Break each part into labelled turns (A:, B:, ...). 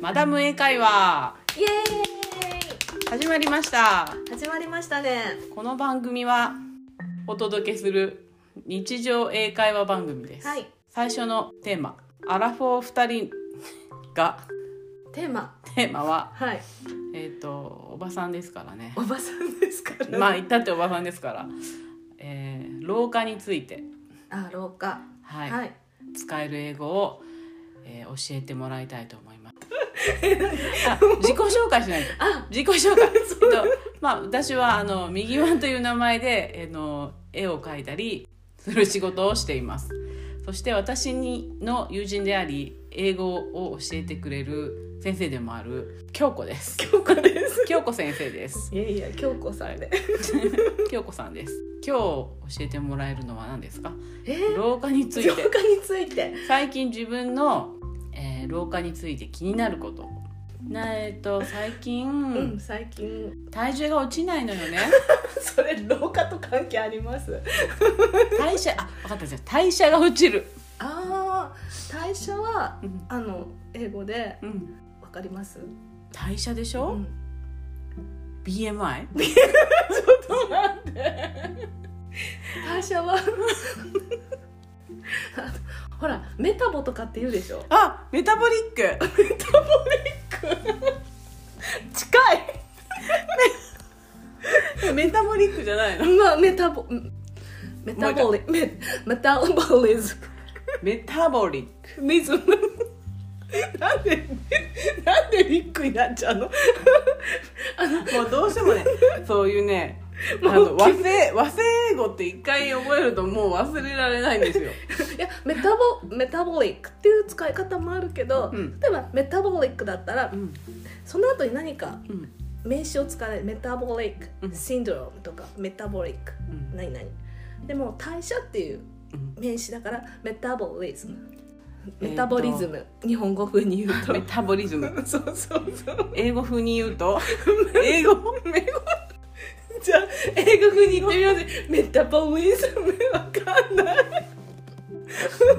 A: マダム英会話
B: イエー
A: 始まりました
B: イ始まりましたね
A: この番組はお届けする日常英会話番組です、
B: はい
A: 最初のテーマアラフォー2人が
B: テーマ
A: テーマは
B: はい
A: えっ、とおばさんですからね
B: おばさんですから
A: まあ言ったっておばさんですから、えー老化について、
B: あ廊下
A: はい
B: はい
A: 使える英語を、えー教えてもらいたいと思います あ自己紹介しないと
B: あ
A: 自己紹 介、えっと、まあ私はあの右ワンという名前で、えーの絵を描いたりする仕事をしていますそして私にの友人であり英語を教えてくれる先生でもある京子 です
B: 京子です
A: 京子先生です
B: いやいや京子さんで
A: 京子さんです今日教えてもらえるのは何ですか
B: えー
A: 老化につい
B: 廊下
A: て
B: について
A: 最近自分の、えー老化について気になることなえっと最近、
B: うん最近
A: 体重が落ちないのよね
B: それ廊下と関係あります
A: 代謝あ分かったじゃあ代謝が落ちる
B: あー代謝は
A: うん、
B: あの英語で
A: うん、
B: わかります
A: 代謝でし
B: う
A: ょ、
B: ん
A: BMI
B: 代謝は ほらメタボとかって言うでしょ
A: あメタボリック
B: 近
A: メタボリックじゃないの
B: いまあメタボんメタボリメメタボリズ
A: メタボリック
B: ムリズムなんでなんでビッグになっちゃうの
A: もうどうしてもねそういうねあ
B: も
A: の
B: う
A: 和製和製英語って一回覚えるともう忘れられないんですよ
B: いやメタボメタボリックっていう使い方もあるけど、
A: うん
B: 例えばメタボリックだったら
A: うん
B: その後に何か
A: うん
B: 名詞を使わないメタボリッ
A: うん
B: クシンドロームとかメタボリック
A: うん
B: 何々でも代謝っていう
A: うん
B: 名詞だからメタボリズムメタボリズム、日本語風 に言うと
A: メタボリズム
B: そうそうそう
A: 英語風に言う と英語
B: 英語じゃあ英語風に言ってみようぜメタボリズムわかんない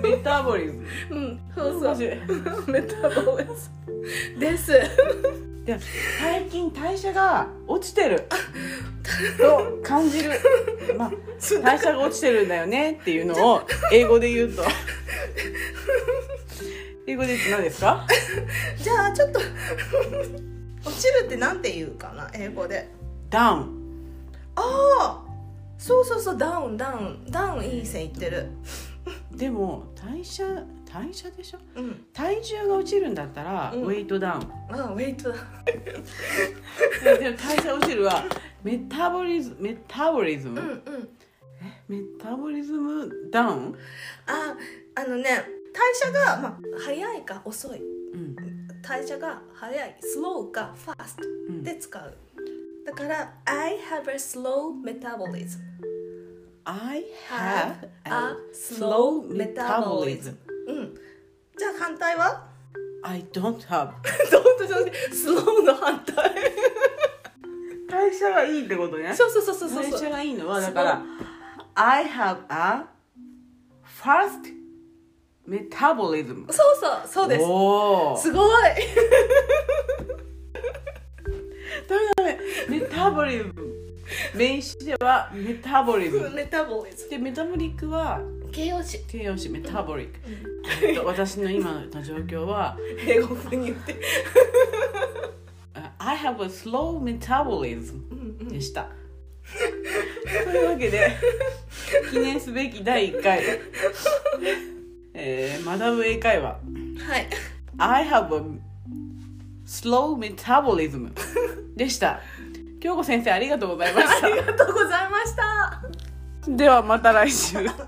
A: メタボリズム
B: うんそう
A: 面
B: そ
A: 白いう
B: メタボリズムです
A: で最近代謝が落ちてると感 じる、まあ、代謝が落ちてるんだよねっていうのを 英語で言うと英語で言うと何ですか
B: じゃあちょっと落ちるってなんて言うかな英語で
A: ダウン
B: ああそうそうそうダウンダウンダウンいい線いってる
A: でも代謝代謝でしょ
B: うん
A: 体重が落ちるんだったら、
B: うん
A: ウェイトダウン
B: あウェイト
A: ででも代謝落ちるはメタボリズムメタボリズム、
B: うん
A: メタボリズムダウン、
B: ああのね代謝が、まあ、早いか遅い
A: うん
B: 代謝が早いスローかファースト
A: うん、
B: で使うだから I have a slow metabolism
A: I have
B: have
A: a
B: a
A: slow
B: slow
A: metabolism.
B: metabolism. うんじゃあ反対は
A: I don't have.
B: どうとじゃなくてスローの反 対
A: 代謝がいいってことね。
B: そうそうそうそうそう
A: 代謝がいいのはだ
B: そう
A: から、I have a fast metabolism.
B: そうそうそうです
A: おー
B: すごい
A: メタボリズム。名詞ではメタボリズム。
B: メタボリズ
A: で、メタボリックは
B: ム形容詞
A: 形容詞メタボリック。えっと私の今の状況は、
B: 英語風に言 って
A: あ I have a slow metabolism
B: うんうん
A: でした。 というわけで記念すべき第1回、えーマダム英会話
B: はい
A: I have a slow metabolism でした京子 先生ありがとうございまし
B: ありがとうございました
A: たではまた来週
B: じゃあ